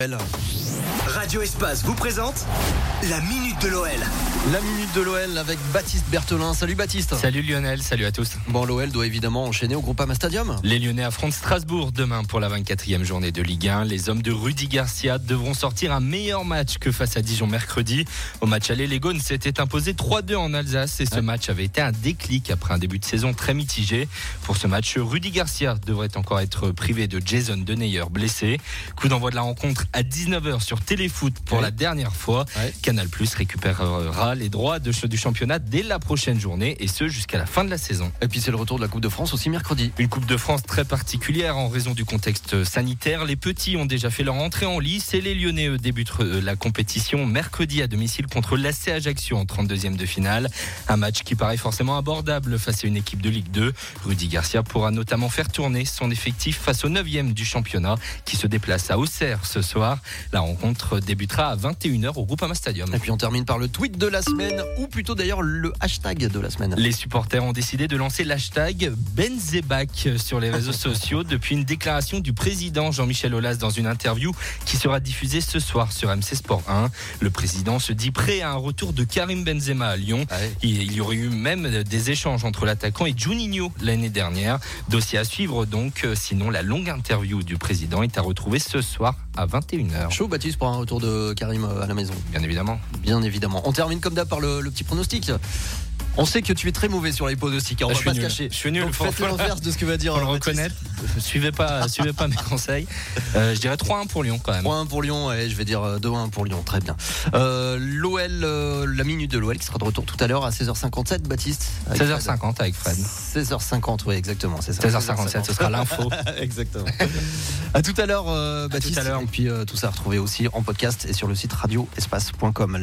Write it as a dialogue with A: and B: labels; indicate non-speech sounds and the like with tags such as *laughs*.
A: Elle.
B: Radio Espace vous présente la minute de l'OL.
A: La minute de l'OL avec Baptiste Berthelin. Salut Baptiste.
C: Salut Lionel, salut à tous.
A: Bon, l'OL doit évidemment enchaîner au Groupama Stadium.
C: Les Lyonnais affrontent Strasbourg demain pour la 24e journée de Ligue 1. Les hommes de Rudy Garcia devront sortir un meilleur match que face à Dijon mercredi. Au match aller, les Gaunes s'étaient imposés 3-2 en Alsace et ce match avait été un déclic après un début de saison très mitigé. Pour ce match, Rudy Garcia devrait encore être privé de Jason Deneyer blessé. Coup d'envoi de la rencontre à 19h sur Téléfoot pour
A: Ouais.
C: la dernière fois.
A: Ouais.
C: Canal Plus récupérera les droits de, du championnat dès la prochaine journée et ce jusqu'à la fin de la saison.
A: Et puis c'est le retour de la Coupe de France aussi mercredi.
C: Une Coupe de France très particulière en raison du contexte sanitaire. Les petits ont déjà fait leur entrée en lice et les Lyonnais eux, débutent euh, la compétition mercredi à domicile contre l'AC Ajaccio en 32e de finale. Un match qui paraît forcément abordable face à une équipe de Ligue 2. Rudy Garcia pourra notamment faire tourner son effectif face au 9e du championnat qui se déplace à Auxerre ce soir. La rencontre débutera à 21h au Groupama Stadium.
A: Et puis on termine par le tweet de la semaine, ou plutôt d'ailleurs le hashtag de la semaine.
C: Les supporters ont décidé de lancer l'hashtag Benzebac sur
A: *laughs*
C: les réseaux sociaux depuis une déclaration du président Jean-Michel Aulas dans une interview qui sera diffusée ce soir sur MC Sport 1. Le président se dit prêt à un retour de Karim Benzema à Lyon.
A: Ouais.
C: Il il y aurait eu même des échanges entre l'attaquant et Juninho l'année dernière. Dossier à suivre donc, euh, sinon la longue interview du président est à retrouver ce soir à 21h.
A: Chaud Baptiste pour un retour de Karim euh, à la maison.
C: Bien évidemment.
A: Bien évidemment. On termine comme d'hab par le, le petit pronostic. On sait que tu es très mauvais sur les pronostics, hein, on
C: Ah, Je
A: va
C: suis
A: pas
C: nul.
A: se cacher.
C: Je suis nul,
A: Donc
C: faut-
A: faites
C: faut-
A: l'inverse de ce que va dire
C: Pour le
A: euh, Baptiste.
C: reconnaître, suivez pas,
A: *laughs*
C: suivez pas mes conseils. Euh, je dirais 3-1 pour Lyon quand même.
A: 3-1 pour Lyon, et je vais dire euh, 2-1 pour Lyon, très bien. Euh, L'OL, euh, la minute de l'OL qui sera de retour tout à l'heure à 16h57, Baptiste. avec Fred.
C: 16h50 avec Fred.
A: 16h50, oui, exactement, c'est ça.
C: 16h57, ce sera l'info.
A: exactement. à tout à l'heure, euh,
C: tout
A: Baptiste.
C: à l'heure.
A: Et puis euh, tout ça à retrouver aussi en podcast et sur le site radioespace.com.